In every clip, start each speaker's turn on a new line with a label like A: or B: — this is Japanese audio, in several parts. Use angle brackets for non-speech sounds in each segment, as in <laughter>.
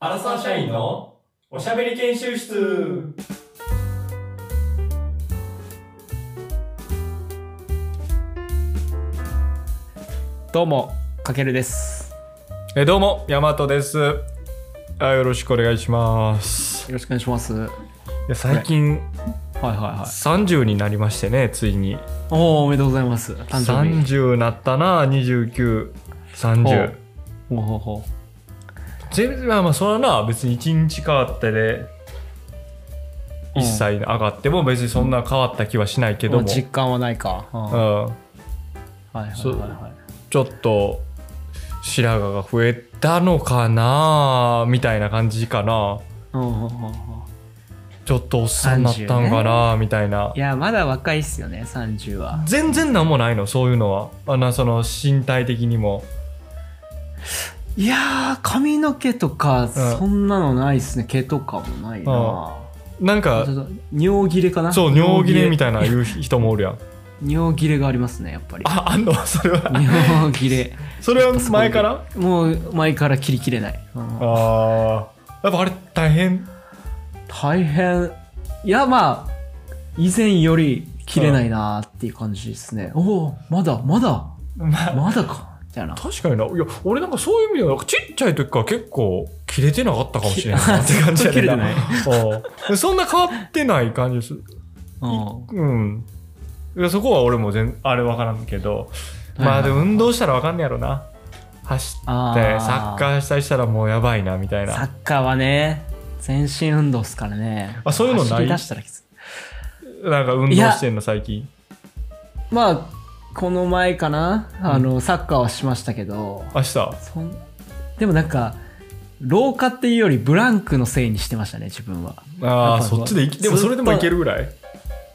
A: アラサー社員のおしゃべり研修室
B: どうもかけるですよ
C: えどうも、ヤマトです。あよろしくお願いします。
B: ろしくお願いしますはい
C: いや最近
B: はいはい
C: 30になりましてね、ついに。
B: おおおめでとうございます誕生日
C: 30なったな、29、30。
B: ほうほうほう
C: 全然、まあまあ、それはな、別に1日変わってで、
B: うん
C: 1歳上がっても別にそんな変わった気はしないけど
B: もう
C: も、
B: 実感はないか、うんはい
C: うん、
B: はいはい
C: そう
B: は
C: ちょっと白髪が増えたのかな、みたいな感じかな。
B: いうんうんうんうん
C: ちょっとおっさんになったんかな、みたいな。
B: いやまだ若いっすよね30は
C: 全然なんもないのそういうのはあなその身体的にも
B: いやー髪の毛と
C: う
B: か
C: ん
B: そんなのないっすね毛とかもないな
C: なんか
B: ちょっと尿切れかな
C: そう尿切れみ
B: い
C: たいな言う人もおるやん
B: 尿切れがありますねやっぱり
C: ああんの <laughs> それ
B: <laughs>
C: は
B: 尿切れ
C: それは前から
B: もう前から切りきれない、うん
C: ああやっぱあれ大変
B: 大変いやまあ以前より切れないなーっていう感じですね、おおまだまだ
C: まあ
B: まだかみたいな
C: 確かにないや俺なんかそういう意味ではちっちゃい時から結構切れてなかったかもしれないなって感じやねん <laughs> うんそんな変わってない感じです
B: うん
C: うんいやそこは俺も全あれ分からんけどまあでも運動したら分かんねやろな走って
B: あー
C: サッカーしたりしたらもうやばいなみたいな
B: サッカーはね全身運動っすからね
C: あそういうのない
B: 走り出したらきつい
C: なんか運動してんの最近。
B: まあこの前かなあの、サッカーはしましたけど
C: 明日。
B: そんでもなんか老化っていうよりブランクのせいにしてましたね自分は
C: あ
B: やっ
C: あ、
B: ぱ
C: そっちでいき、でも
B: ずっと
C: それでもいけるぐらい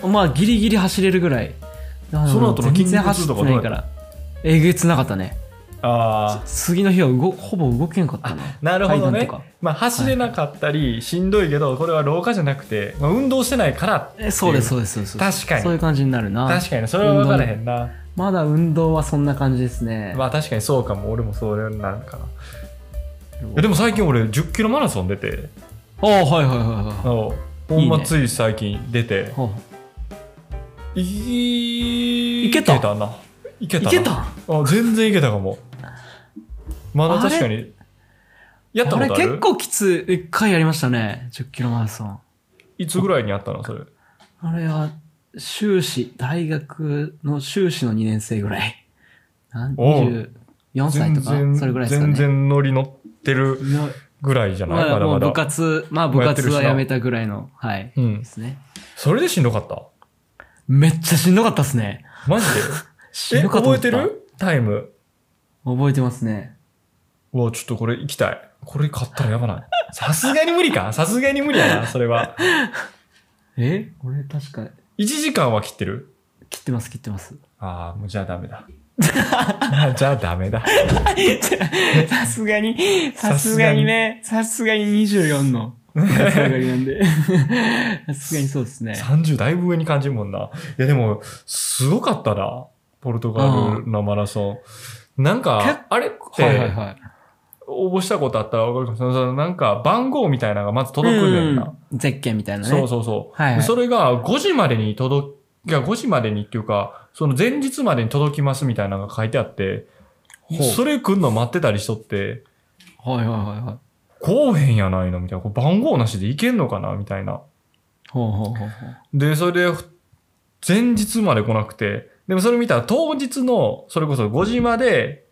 B: まあギリギリ走れるぐらいそ
C: その後の筋肉痛とかどうや
B: な
C: っ
B: い
C: た
B: からえげつなかったね
C: ああ。
B: 次の日は動ほぼ動けんかったね
C: なるほど
B: 階段
C: ね
B: とか。
C: まあ、走れなかったり、しんどいけど、これは老化じゃなくて、まあ、運動してないから。
B: えそうですそうですそうです
C: 確かに
B: そういう感じになるな
C: 確かに、それは分からへんな。
B: まだ運動はそんな感じですね、
C: まあ、確かにそうかも。俺もそれなんかな。
B: お
C: えでも最近俺、10キロマラソン出て、
B: あはいはいはい
C: あ
B: は
C: のほん
B: いい
C: ま
B: ね
C: つい最近出て
B: い、ほ
C: い
B: いけた
C: いけたな。いけ
B: う
C: た
B: い
C: な。
B: けた
C: あ全然いけたかも。まだ確か
B: あ
C: に。やったこ
B: あれ
C: とある
B: 結構きつい一回やりましたね1 0キロマラソン
C: いつぐらいにあったのそれ。
B: あれは修士大学の修士の2年生ぐらいなん
C: おう
B: 24歳とかそれぐらいですか
C: 全
B: ね
C: 然乗り乗ってる
B: いや
C: ぐらいじゃない、
B: まあ、
C: まだ
B: もう
C: ま
B: 部
C: だ。
B: 活、まあ部
C: もうやって
B: 活
C: るしな
B: はやめたぐらいの、はい。
C: うん
B: ですね。
C: それでしんどかった。
B: めっちゃしんどかったっすね。
C: マジ
B: <laughs> し
C: でえ、
B: んどかった
C: 覚えてるタイム。
B: 覚えてますね。
C: うわ、ちょっとこれ行きたい。これ買ったらやばない。さすがに無理かさすがに無理やな、それは。
B: え俺確か、
C: 1時間は切ってる
B: 切ってます切ってます。
C: ああ、もうじゃあダメだ。じゃあダメだ。
B: <laughs> さすがに、さすがにね、さすがに24の。さすがに <laughs> なんで。さすがにそうですね。
C: 30だいぶ上に感じるもんな。いやでも、すごかったな。ポルトガルのマラソン。なん
B: 結
C: か、あれって、
B: はいはいはい。
C: 応募したことあったらわかるかもしれないその。なんか番号みたいなのがまず届くんだよな。
B: うんゼッケンみたいなね。
C: そうそうそう。
B: はいはい
C: でそれが5時までに届き、いや5時までにっていうか、その前日までに届きますみたいなのが書いてあって、
B: ほう
C: それ来んの待ってたりしとって、
B: はいはいはいはい。
C: こうへんやないのみたいな。これ番号なしでいけんのかなみたいな。
B: ほうほうほうほう。
C: で、それで、前日まで来なくて、でもそれ見たら当日の、それこそ5時まで、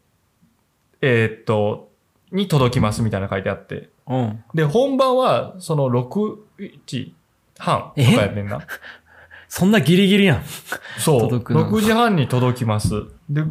C: えーっと、に届きますみたいなの書いてあって。
B: うん。
C: で、本番は、その6時半とかやってん
B: <laughs>
C: な。
B: そんなギリギリやん。
C: そう。
B: 届くの
C: 6時半に届きます。で、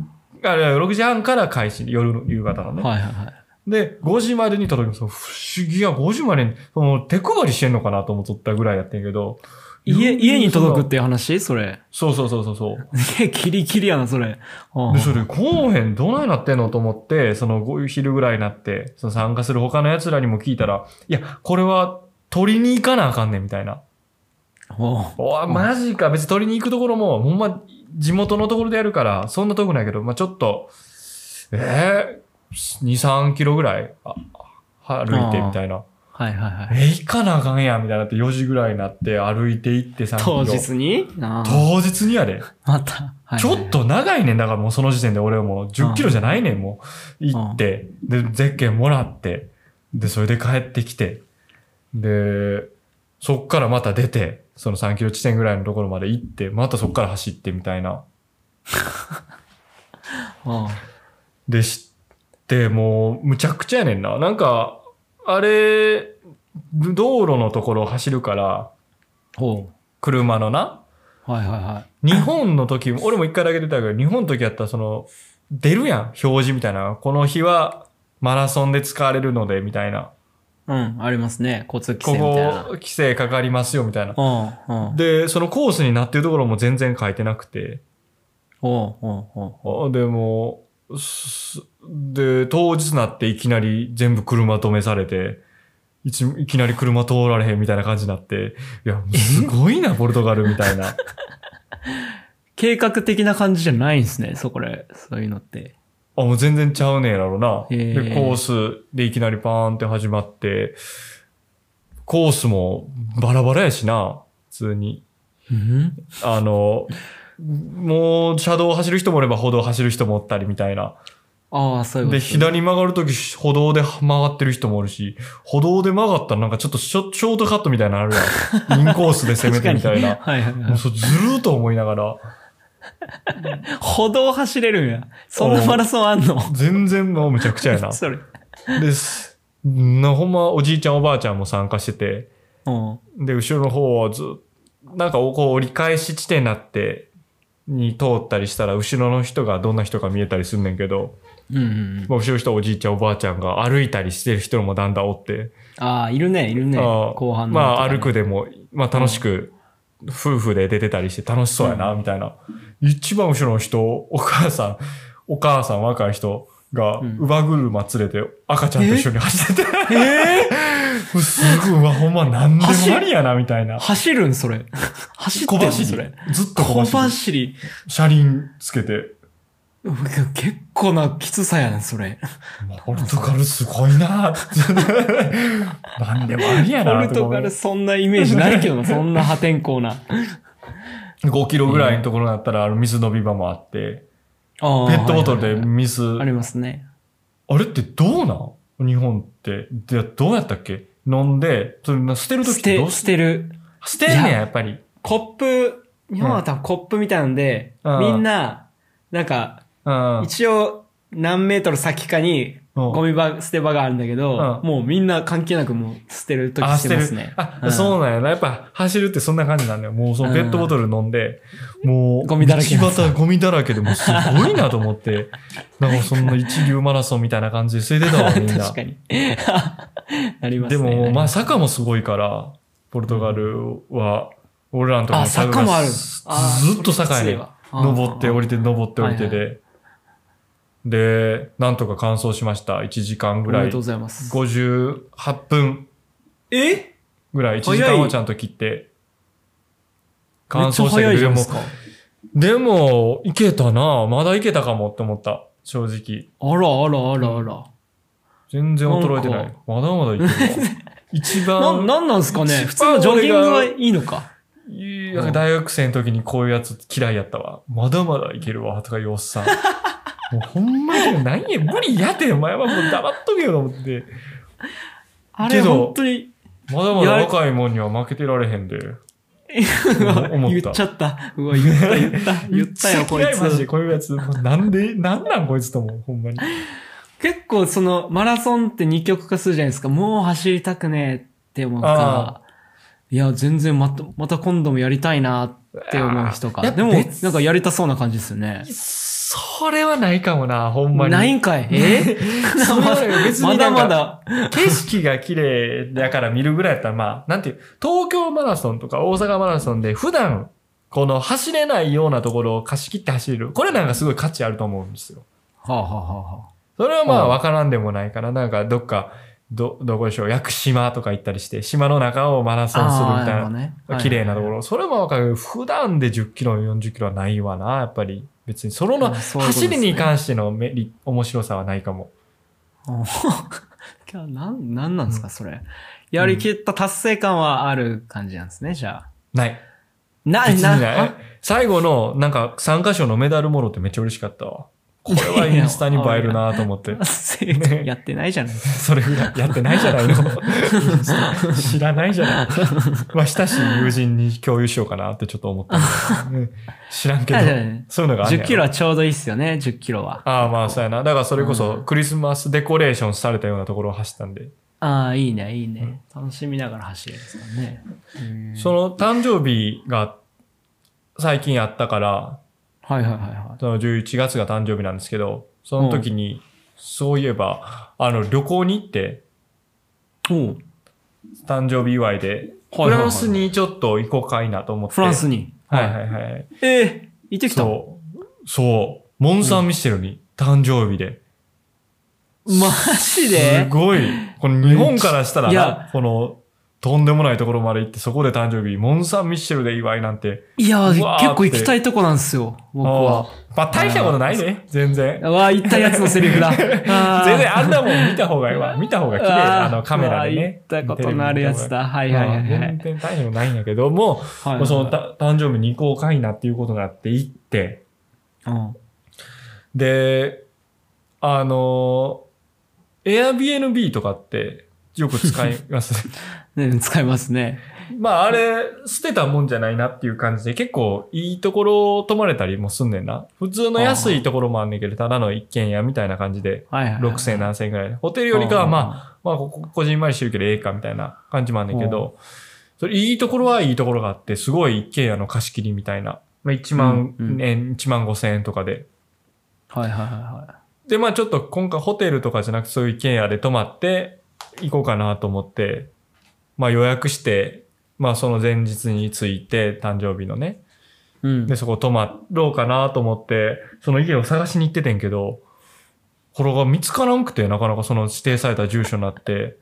C: あれ、6時半から開始、夜の夕方のね。
B: はいはいはい。
C: で、5時までに届きます。不思議や、5時までに、その手配りしてんのかなと思っとったぐらいやってんけど。。
B: 家、家に届くってていう話それ。
C: そうそうそうそうそう。
B: え、キリキリやな、それ。うん
C: で、それ、こうへん、どないなってんのと思って、その、ご昼ぐらいになって、その参加する他の奴らにも聞いたら、いや、これは、取りに行かなあかんねん、みたいな。
B: おう
C: おーマジか。別に取りに行くところも、ほんま、地元のところでやるから、そんな遠くないけど、まあちょっと、えー、2、3キロぐらい、あ歩いて、みたいな。
B: はいはいはい。
C: え、行かなあかんやんみたいになって4時ぐらいになって歩いて行って3キ
B: 当
C: ロ。
B: 日にああ
C: 当日にやで。
B: また。はい
C: ちょっと長いねん。だからもうその時点で俺はもう10キロじゃないねん。もう行って、で、ゼッケンもらって、で、それで帰ってきて、で、そっからまた出て、その3キロ地点ぐらいのところまで行って、またそっから走ってみたいな。
B: あ
C: で、知って、もう、むちゃくちゃやねんな。なんか、あれ、道路のところを走るから、
B: あほ
C: 車のな、
B: う。はいはいはい。
C: 日本の時も、俺も一回だけ出たけど、日本の時やったら、その、出るやん、表示みたいな。この日は、マラソンで使われるので、みたいな。
B: うん、ありますね。交通規
C: こ
B: 制みたいな。
C: こ、規制かかりますよ、みたいな。
B: うん、うん。
C: で、そのコースになってるところも全然書いてなくて。
B: ほうほうほうほ
C: あでも、すで、当日なっていきなり全部車止めされて、いちいきなり車通られへんみたいな感じになって、い
B: <laughs>
C: や、すごいな、ポルトガルみたいな。
B: う。計画的な感じじゃないんですね。そうこれ。そういうのって。
C: あ、もう全然ちゃうねえだろうな。
B: へえ
C: で、コースでいきなりパーンって始まって、コースもバラバラやしな、普通に。
B: うん
C: あの、もう、車道を走る人もおれば歩道を走る人もおったりみたいな。
B: ああ、そういうこ
C: で、
B: とね
C: 左に曲がるとき、歩道で曲がってる人もおるし、歩道で曲がったらなんかちょっとショショートカットみたいなのあるや
B: <laughs>
C: ん。インコースで攻めてみたいな。
B: はいはいは
C: もう
B: い。
C: そうずるーと思いながら、
B: 歩道走れるんや。そんなマラソンあんの
C: 全然もうむちゃくちゃやな。
B: <laughs> それ。
C: です。なほんまおじいちゃんおばあちゃんも参加してて、
B: うん。
C: で、後ろの方をずなんかこう折り返し地点になって、に通ったりしたら、後ろの人がどんな人か見えたりすんねんけど、
B: うんうんうん。
C: まあ後ろの人おじいちゃんおばあちゃんが歩いたりしてる人もだんだんおって、
B: ああ、いるね、いるね。
C: ああ
B: 後半の、
C: まあ歩く。でも、まあ楽しく、夫婦で出てたりして楽しそうやな、みたいな。一番後ろの人、お母さん、お母さん若い人が、
B: ん
C: 乳母車連れて赤ちゃんと一緒に走ってて、
B: ええ
C: もう <laughs> すぐ、うわ、ほんま何でもありやな、みたいな。
B: 走るんそ <laughs> れ。走って
C: 小
B: んの
C: 走
B: それ
C: り。。ずっと小
B: 小
C: 走り。
B: 走り。
C: 車輪つけて。
B: うわ結構なきつさやね、それ。
C: ポルトガルすごいな
B: <laughs>
C: って。何でもありや
B: ポ
C: な
B: ル
C: と
B: ト
C: か
B: ガルそんなイメージないけどな、 <laughs> そんな破天荒な。
C: 5キロぐらいのところだったら、あの水飲み場もあって、
B: ペッ
C: ペットボトルで水
B: ありますね。
C: あれってどうなん日本って。で、どうやったっけ飲んで、それな捨てるとき
B: 捨
C: ってど
B: て、
C: う
B: 捨
C: す
B: てる。
C: 捨てんねん
B: いや
C: やっぱり。
B: コップ、日本は多分コップみたいなんで、
C: うん
B: みんな、なんか、
C: うん。
B: 一応、何メートル先かに、
C: うん
B: ゴミ場、捨て場があるんだけど、
C: うん
B: もうみんな関係なくもう捨てるとき
C: あ、
B: し
C: 捨
B: て
C: て
B: ます
C: る
B: ね。。
C: あ、
B: うん
C: そうなんやな。やっぱ走るってそんな感じなんだよ。もうそのペットボトル飲んで、もう、
B: ゴミだらけ
C: 道端ゴミだらけでもうすごいなと思って、 <laughs> なんかそんな一流マラソンみたいな感じで捨ててた
B: <laughs>
C: わ、みんな。
B: 確かに。なります
C: で
B: ね。
C: も、まあ、坂もすごいから、ポルトガルは、俺らのとこ
B: あ、坂もある。
C: ず
B: あ
C: ずっと坂やねん。登って降りて登って降りてで、
B: はい
C: で、なんとか完走しました。1時間ぐ
B: おめ
C: ら
B: で
C: い。
B: とうございます。
C: 58分
B: え
C: ぐらい、1時間をちゃんと切って、
B: めっ
C: 完
B: ち
C: 走
B: ゃ
C: したけ
B: 早
C: ど、
B: いじ
C: で
B: ゃない
C: も
B: です、か。
C: でも、いけたなまだいけたかもって思った。正直。
B: あらあらあらあら。
C: 全然衰えてな
B: なん
C: い。まだまだいける
B: <laughs>
C: わ。一
B: な、
C: 番、
B: なんなんすかね
C: 一番
B: 普通のジョギングはいいのか。
C: いや大学生の時にこういうやつ嫌いやったわ。まだまだいけるわ、とかいうおっ
B: <laughs>
C: さん。もうほんまに何や、無理やて、お前はもう黙っとけよと思って。
B: あれ、
C: けど
B: 本当に、
C: まだまだ若いもんには負けてられへんで。思った
B: 言っちゃった。うわ、言った、言った、言ったよ、こい
C: めっちゃ嫌マジで
B: つ。
C: こういうやつ。もうなんで、なんなんこいつとも、ほんまに。
B: 結構、その、マラソンって二極化するじゃないですか。もう走りたくねえって思う
C: あ
B: か。いや、全然また、また今度もやりたいなって思う人
C: い
B: か。
C: や
B: でも、
C: 別
B: なんかやりたそうな感じですよね。
C: それはないかもな、ほんまに。
B: ないんかいえ
C: それはね別
B: ま
C: にな
B: だ
C: ん
B: ま
C: か
B: だ。
C: 景色が綺麗だから見るぐらいやったら、まあ、なんていう、東京マラソンとか大阪マラソンで普段、この走れないようなところを貸し切って走れる。これなんかすごい価値あると思うんですよ。
B: はあはあはあは
C: それはま
B: う
C: あ
B: ん
C: わからんでもないから、なんかどっか、ど、どこでしょう、屋久島とか行ったりして、島の中をマラソンするみ
B: あ。
C: たいな、
B: あーるほどね
C: 綺麗なとこ
B: <laughs> はい
C: ろ。それもわかる。普段で10キロ、40キロはないわな、やっぱり。別に、その
B: あ
C: な、
B: そういうことで
C: 走
B: すね
C: りに関してのメリ、面白さはないかも。
B: うんいやなん、なんなんですか、それ。やりきった達成感はある感じなんですね、じゃあ。
C: ない。
B: な、
C: 別にな、。
B: ない <laughs>
C: 最後のなんか3箇所のメダルもろってめっちゃ嬉しかったわ。これはインスタに映えるなと思って。
B: 達成感やってないじゃないです
C: そ
B: か。
C: れぐらいやってないじゃない
B: <laughs>
C: の。インスタ知らないじゃない。まあ、親しい友人に共有しようかなってちょっと思ったん
B: <laughs>
C: だけど。うん知らんけど
B: あじゃあね。
C: そういうのがある
B: 10キロはちょうどいいっすよね、10キロは。
C: ああ、まあ、そうやな。だからそれこ
B: う
C: そ
B: ん
C: クリスマスデコレーションされたようなところを走ったんで。
B: ああ、いいね、いいね。楽しみながら走れるんですからね。うん
C: その誕生日が最近あったから、
B: はいはいはいは
C: その11月が誕生日なんですけど、その時に、そういえば、あの、旅行に行って、
B: い。おう
C: 誕生日祝いで、
B: はいはいはい
C: フランスにちょっと行こうかいなと思って。
B: フランスに。
C: はいはいはい。
B: ええ行ってきたの
C: そう。そう。モンサンミシェルに誕生日で。
B: マジです
C: ごい。この日本からしたら
B: い
C: な
B: や、
C: この、とんでもないところまで行って、そこで誕生日、モンサンミシェルで祝いなんて。
B: いや、
C: うわーって
B: 結構行きたいとこなんですよ、僕
C: あ
B: は。
C: ーまあ、大したことないね。全然。
B: わあ、行ったやつのセリフだ。全
C: <laughs> 全然あんなもん見た方がいい
B: <laughs>
C: わ。見た方が綺麗。あの、カメラでね。
B: 行ったことのあるやつだ。は
C: テ
B: い
C: レビ
B: はい
C: で見た方が。
B: はいはい。
C: まあ全然大したことないんやけども、
B: はい
C: まあそのた誕生日に行こうかいなっていうことになって行って、
B: うん
C: で、あの、Airbnb とかってよく使います。
B: ね使いますね。
C: まああれ、捨てたもんじゃないなっていう感じで、結構いいところを泊まれたりもすんねんな。普通の安いところもあんねんけど、ただの一軒家みたいな感じで、
B: はいはいはい。
C: 6000、7000円ぐらいで。ホテルよりかは、まあ、まあ、ここ、こじんまりしてるけど、ええか、みたいな感じもあんねんけど、それ、いいところはいいところがあって、すごい一軒家の貸し切りみたいな。まあ、1万
B: うんうん
C: 円、1万5千円とかで。
B: はいはいはいはい。
C: で、まあ、ちょっと今回ホテルとかじゃなくそういう一軒家で泊まって、行こうかなと思って、まあ、予約して、まあ、その前日に着いて、誕生日のね。
B: うん
C: で、。そこ泊まろうかなと思って、その家を探しに行っててんけど、これが見つからんくて、なかなかその指定された住所になって。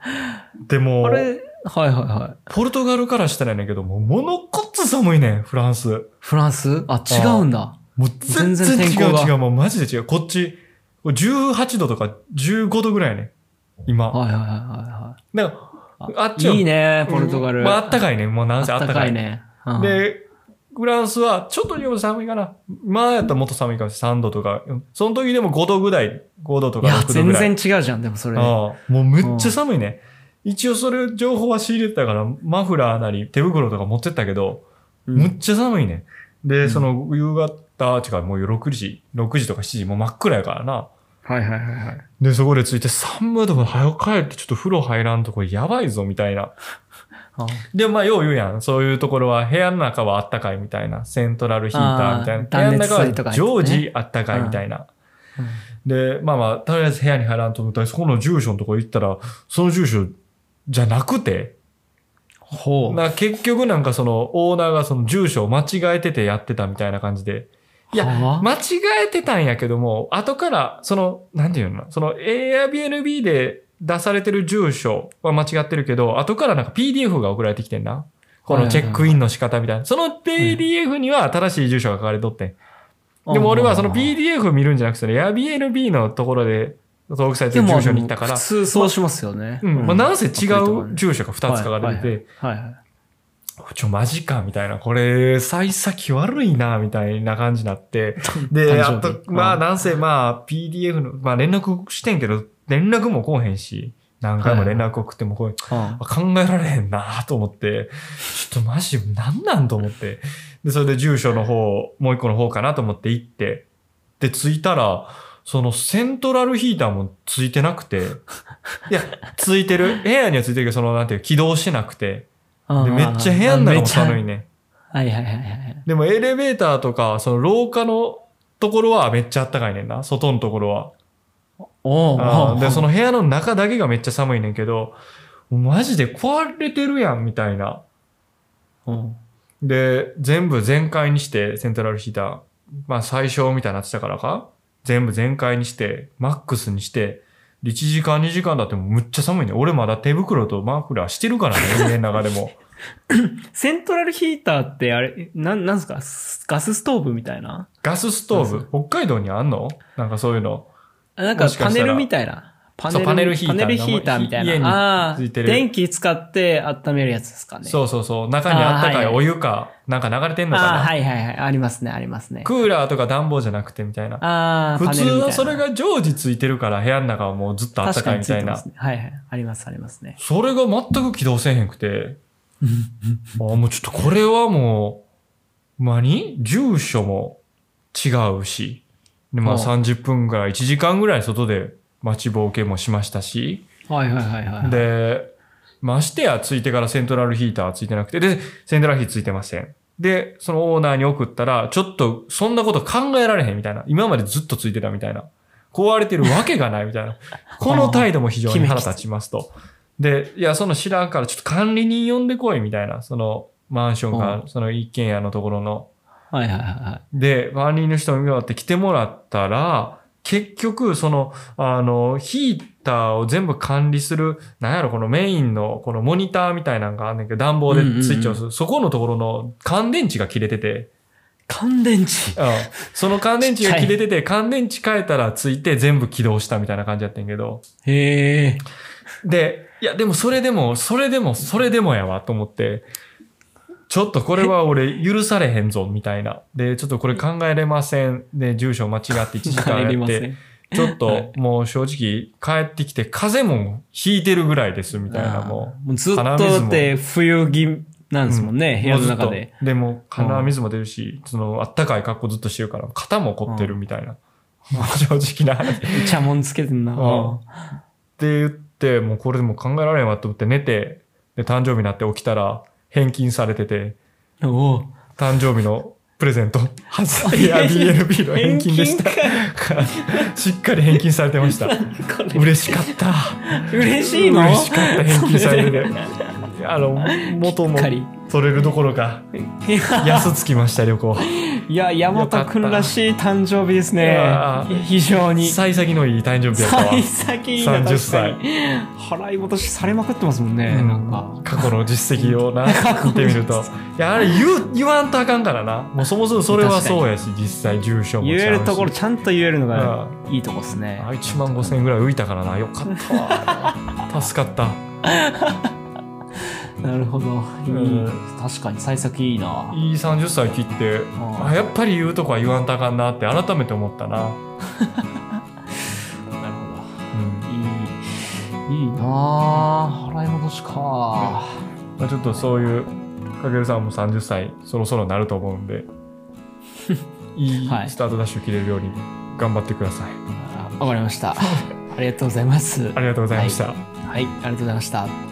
C: でも
B: あ
C: う、
B: れ、はいはいはい。
C: ポルトガルからしたらやねんけど、もう、ものこっつ寒いねん、フランス。
B: フランスあ、違うんだ。
C: もう全然
B: 全然
C: 違
B: 天
C: う
B: 候が
C: 違う、もうマジで違う。こっち、18度とか15度ぐらいやねん、今。
B: はいはいはいは
C: なんか、
B: いはい。
C: あっちはい
B: いね、ポルトガル。
C: まあ、あったかいねん、もう
B: あ
C: なん
B: っ
C: せあったたか
B: か
C: い。
B: いね。うん
C: で、フランスはちょっとでも寒いかな。まあやったらもっと寒いかもしれない。3度とか。その時でも5度ぐらい、5度と
B: い
C: か
B: や、
C: 6度ぐ
B: 全
C: らい。
B: 然違うじゃん、でもそれ。あ
C: ああもうめっちゃ寒いね。一応それ情報は仕入れてたから、マフラーなり手袋とか持ってったけど、
B: うん
C: むっちゃ寒いね。で、
B: ん
C: その夕方、違う、もう夜6時、6時とか7時、もう真っ暗やからな。
B: はいはいはいはい。
C: で、そこで着いて寒いとこ早く帰ってちょっと風呂入らんとこれやばいぞみたいな。
B: あ
C: で、まあ、よう言うやん。そういうところは部屋の中はあったかいみたいな。セントラルヒーターみたいな。
B: あー
C: 部屋の
B: 断熱材
C: 中
B: とか
C: は
B: 入って
C: 常
B: ね
C: 時あったかいみたいな。で、まあまあ、とりあえず部屋に入らんと思ったら、そこの住所のとこ行ったら、その住所じゃなくて、
B: ほう。
C: な結局なんかそのオーナーがその住所を間違えててやってたみたいな感じで。いや、
B: はあ
C: 間違えてたんやけども、後から、その、なんていうのその Airbnb で出されてる住所は間違ってるけど、後からなんか PDF が送られてきてんな。このチェックインの仕方みたいな。その PDF には正しい住所が書かれとってん。でも俺はその PDF 見るんじゃなくて、Airbnb のところで登録されて
B: で
C: る
B: も
C: 住所に行ったから
B: 普、通そうしますよね。
C: うん、まあなんせ違う
B: 十
C: 住所が2つ書かれてて、
B: はいはいはい。
C: ちょ、マジか、みたいな。これ、幸先悪いな、みたいな感じにな
B: <laughs>
C: って。で、あ
B: 誕生日
C: と、まあ、
B: うん
C: なんせ、まあ、PDF の、まあ、連絡してんけど、連絡も来へんし、何回も連絡送っても来へん。
B: あ
C: 考えられへんなと思って、ちょっとマジ、なんなんと思って。で、それで住所の方、もう一個の方かなと思って行って、で、着いたら、そのセントラルヒーターもついてなくて、いや、ついてる。部屋にはついてるけど、その、なんていう、起動してなくて、
B: あ
C: でめっちゃ部屋の中も寒い。ね。
B: はいはいはいはい。
C: でもエレベーターとか、その廊下のところはめっちゃあったかいねんな。外のところは。
B: お
C: あーで、そ
B: の、
C: の部屋の中だけがめっちゃ寒いねんけど、マジで壊れてるやん、みたいな。で、全部全開にして、セントラルヒーター。まあ最小みたいになってたからか全部全開にして、マックスにして、1時間2時間だってもうむっちゃ寒いね。俺まだ手袋とマフラーしてる <laughs> からね、家の中でも。
B: セントラルヒーターってあれ、なん、なんすかスガスストーブみたいな
C: ガスストーブ、北海道にあんのなんかそういうの。
B: あなんか
C: もしか
B: パ
C: し
B: ネ
C: たら
B: ルみたいな。パ
C: そうパネルヒーター
B: パネルヒーターみたいな。
C: 家に
B: ああ
C: ついてる
B: 電気使って温めるやつですかね。う。
C: そうそうそう。中にあったかい
B: あーはい
C: お湯か、なんか流れてんのか
B: ああ、
C: な、
B: はいはいはい。ありますね、ありますね。
C: クーラーとか暖房じゃなくてみたいな。
B: ああ、
C: 普
B: パネルみ
C: 通
B: たいな
C: はそれが常時ついてるから部屋の中はもうずっとあった
B: 確
C: か
B: か
C: い
B: に
C: み
B: つい
C: た
B: て
C: い
B: ま
C: な
B: す。ね。はいはい。あります、ありますね。
C: それが全く起動せえへんく
B: <laughs>
C: て。あもうちょっとこれはもう、何住所も違うし。でまあ
B: うん
C: 30分から1時間ぐらい外で待ちぼうけもしましたし。
B: はいはいはいはい。、
C: で、ましてやついてからセントラルヒーターはついてなくて、で、セントラルヒーターついてません。で、そのオーナーに送ったら、ちょっとそんなこと考えられへんみたいな。今までずっとついてたみたいな。壊れてるわけがないみたい
B: <laughs>
C: な。この態度も非常に腹立ちますと。で、いや、その知らんからちょっと管理人呼んでこいみたいな。そのマンションか、その一軒家のところの。
B: はいはいは
C: で、管理人の人に見終わって来てもらったら、結局、その、あの、ヒーターを全部管理する、なんやろ、このメインの、このモニターみたいなのがあんねんけど、暖房でスイッチを押す。そこのところの乾電池が切れてて、
B: い。乾電池。
C: うんその乾電池が切れてて、乾電池変えたらついて全部起動したみたいな感じやってんけど。
B: へえ。
C: で、いや、でもそれでも、それでも、それでもやわ、と思って、ちょっとこれは俺許されへんぞ、みたいな。で、ちょっとこれ考えれません。で、住所間違って1時間
B: 帰
C: やっ
B: りませ
C: て、
B: ん。
C: ちょっ
B: は
C: ともう正直帰ってきて、風邪もひいてるぐらいです、みたいな、も
B: う。もうずっと
C: 鼻水
B: だ
C: も
B: って冬着なんですもんね、
C: う。
B: 部屋の
C: も
B: 中
C: うず
B: で。
C: っと。でも、鼻水も出るし、その、あったかい格好ずっとしてるから、肩も凝ってるみたいな。 <laughs> 正直な話。
B: 茶もんつけてんな。
C: うんって言って、もうこれでも考えられんわと思って寝て、で、誕生日になって起きたら、返金されてて、
B: おう
C: 誕生日のプレゼ
B: <laughs>
C: ント、初
B: い <laughs> や
C: Airbnb の返金でし
B: 返
C: た。しっかり返金されてました。
B: これ
C: 嬉しかった。
B: 嬉しいの
C: 嬉しかった、返金されてて。あの、元も
B: しっかり
C: 取れるどころか、
B: いや
C: 安つきました、旅行。
B: <laughs> いや、山本くんらしい誕生日です
C: よ
B: ね
C: かった。
B: 非常に。
C: 幸先のいい誕生日やったわ。
B: 最先いいな、
C: 30
B: 確か
C: 歳
B: に。払い戻しされまくってますもんね、
C: うん
B: なんか。
C: 過去の実績 <laughs> をな見てみるといやあれ言う言わんとあかんからなもうそもそもそれはそうやし実際住所も
B: 言えるところ
C: ち
B: ちゃんと言えるの
C: ゃうし
B: が
C: うん
B: いいとこっすね
C: あ。1万5000円ぐらい浮いたからなよかった <laughs> わ助かった
B: なるほど。いい
C: うん
B: 確かに幸先いいな。
C: いい30歳切って
B: ん
C: あやっぱり言うとこは言わんとあかんなって改めて思ったな、う
B: なるほど。
C: ん
B: いい、いいなぁ。払い戻しか。
C: まあ、ちょっとそういうかけるさんも30歳そろそろなると思うん <laughs> でいい
B: はい
C: スタートダッシュ切れるように頑張ってください、
B: あわかりました。ありがとうございます。
C: ありがとうございました、
B: はい、ありがとうございました。